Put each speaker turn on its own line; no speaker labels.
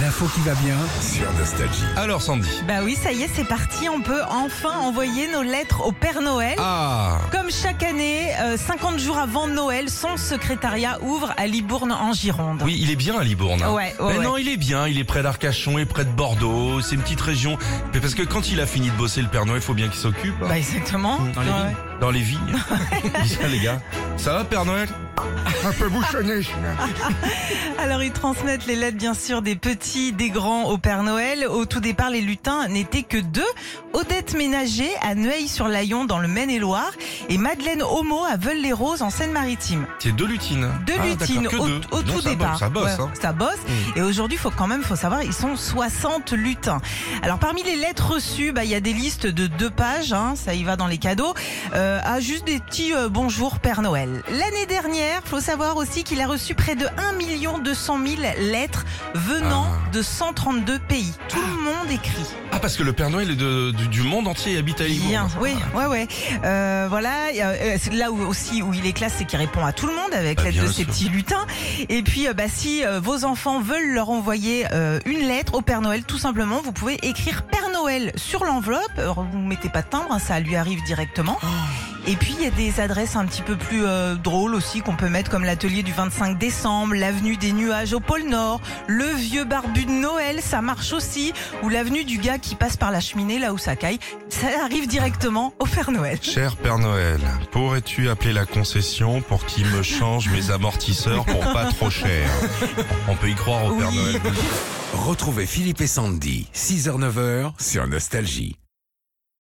L'info qui va bien.
sur Nostalgie.
Alors Sandy.
Bah oui, ça y est, c'est parti. On peut enfin envoyer nos lettres au Père Noël.
Ah
Comme chaque année, euh, 50 jours avant Noël, son secrétariat ouvre à Libourne en Gironde.
oui, il est bien à Libourne. hein.
Ouais, ouais,
Mais
ouais.
non, il est bien, il est près d'Arcachon, il est près de Bordeaux, c'est une petite région. Mais parce que quand il a fini de bosser le Père Noël, il faut bien qu'il s'occupe.
Bah exactement.
Dans les
Ouais,
vignes. Dans les vignes. Bien, les gars. Ça va Père Noël
Un peu bouchonné.
ouais. Alors ils transmettent les lettres bien sûr des petits, des grands au Père Noël. Au tout départ, les lutins n'étaient que deux. Odette Ménager à Neuilly-sur-Layon dans le Maine-et-Loire et Madeleine Homo à Veules-les-Roses en Seine-Maritime.
C'est deux lutines.
de
Ah,
lutines
d'accord, que
au,
deux.
au
Non,
tout
ça
départ.
bosse, ça bosse,
Ouais,
hein.
ça bosse. Et aujourd'hui, faut quand même, faut savoir, ils sont 60 lutins. Alors parmi les lettres reçues, bah, il y a des listes de deux pages, hein, ça y va dans les cadeaux, euh, à juste des petits euh, bonjour Père Noël. L'année dernière, faut savoir aussi qu'il a reçu près de 1 million 200 000 lettres venant
Ah.
de 132 pays. Tout le monde écrit.
Ah parce que le Père Noël est de- du, du monde entier il habite à Libourne.
Bien, oui, ouais, ouais. Euh, voilà, et, euh, c'est là où, aussi où il est classe, c'est qu'il répond à tout le monde avec
Bah,
l'aide
bien
de ses
sûr.
petits lutins. Et puis, euh, bah, si euh, vos enfants veulent leur envoyer euh, une lettre au Père Noël, tout simplement, vous pouvez écrire Père Noël sur l'enveloppe. Alors, Vous mettez pas de timbre, hein, ça lui arrive directement.
Oh.
Et puis, il y a des adresses un petit peu plus euh, drôles aussi qu'on peut mettre, comme l'atelier du 25 décembre, l'avenue des nuages au pôle Nord, le vieux barbu de Noël, ça marche aussi, ou l'avenue du gars qui passe par la cheminée là où ça caille. Ça arrive directement au Père Noël.
Cher Père Noël, pourrais-tu appeler la concession pour qu'il me change mes amortisseurs pour pas trop cher On peut y croire au Père
Oui.
Noël.
Retrouvez Philippe et Sandy, 6h-9h, sur Nostalgie.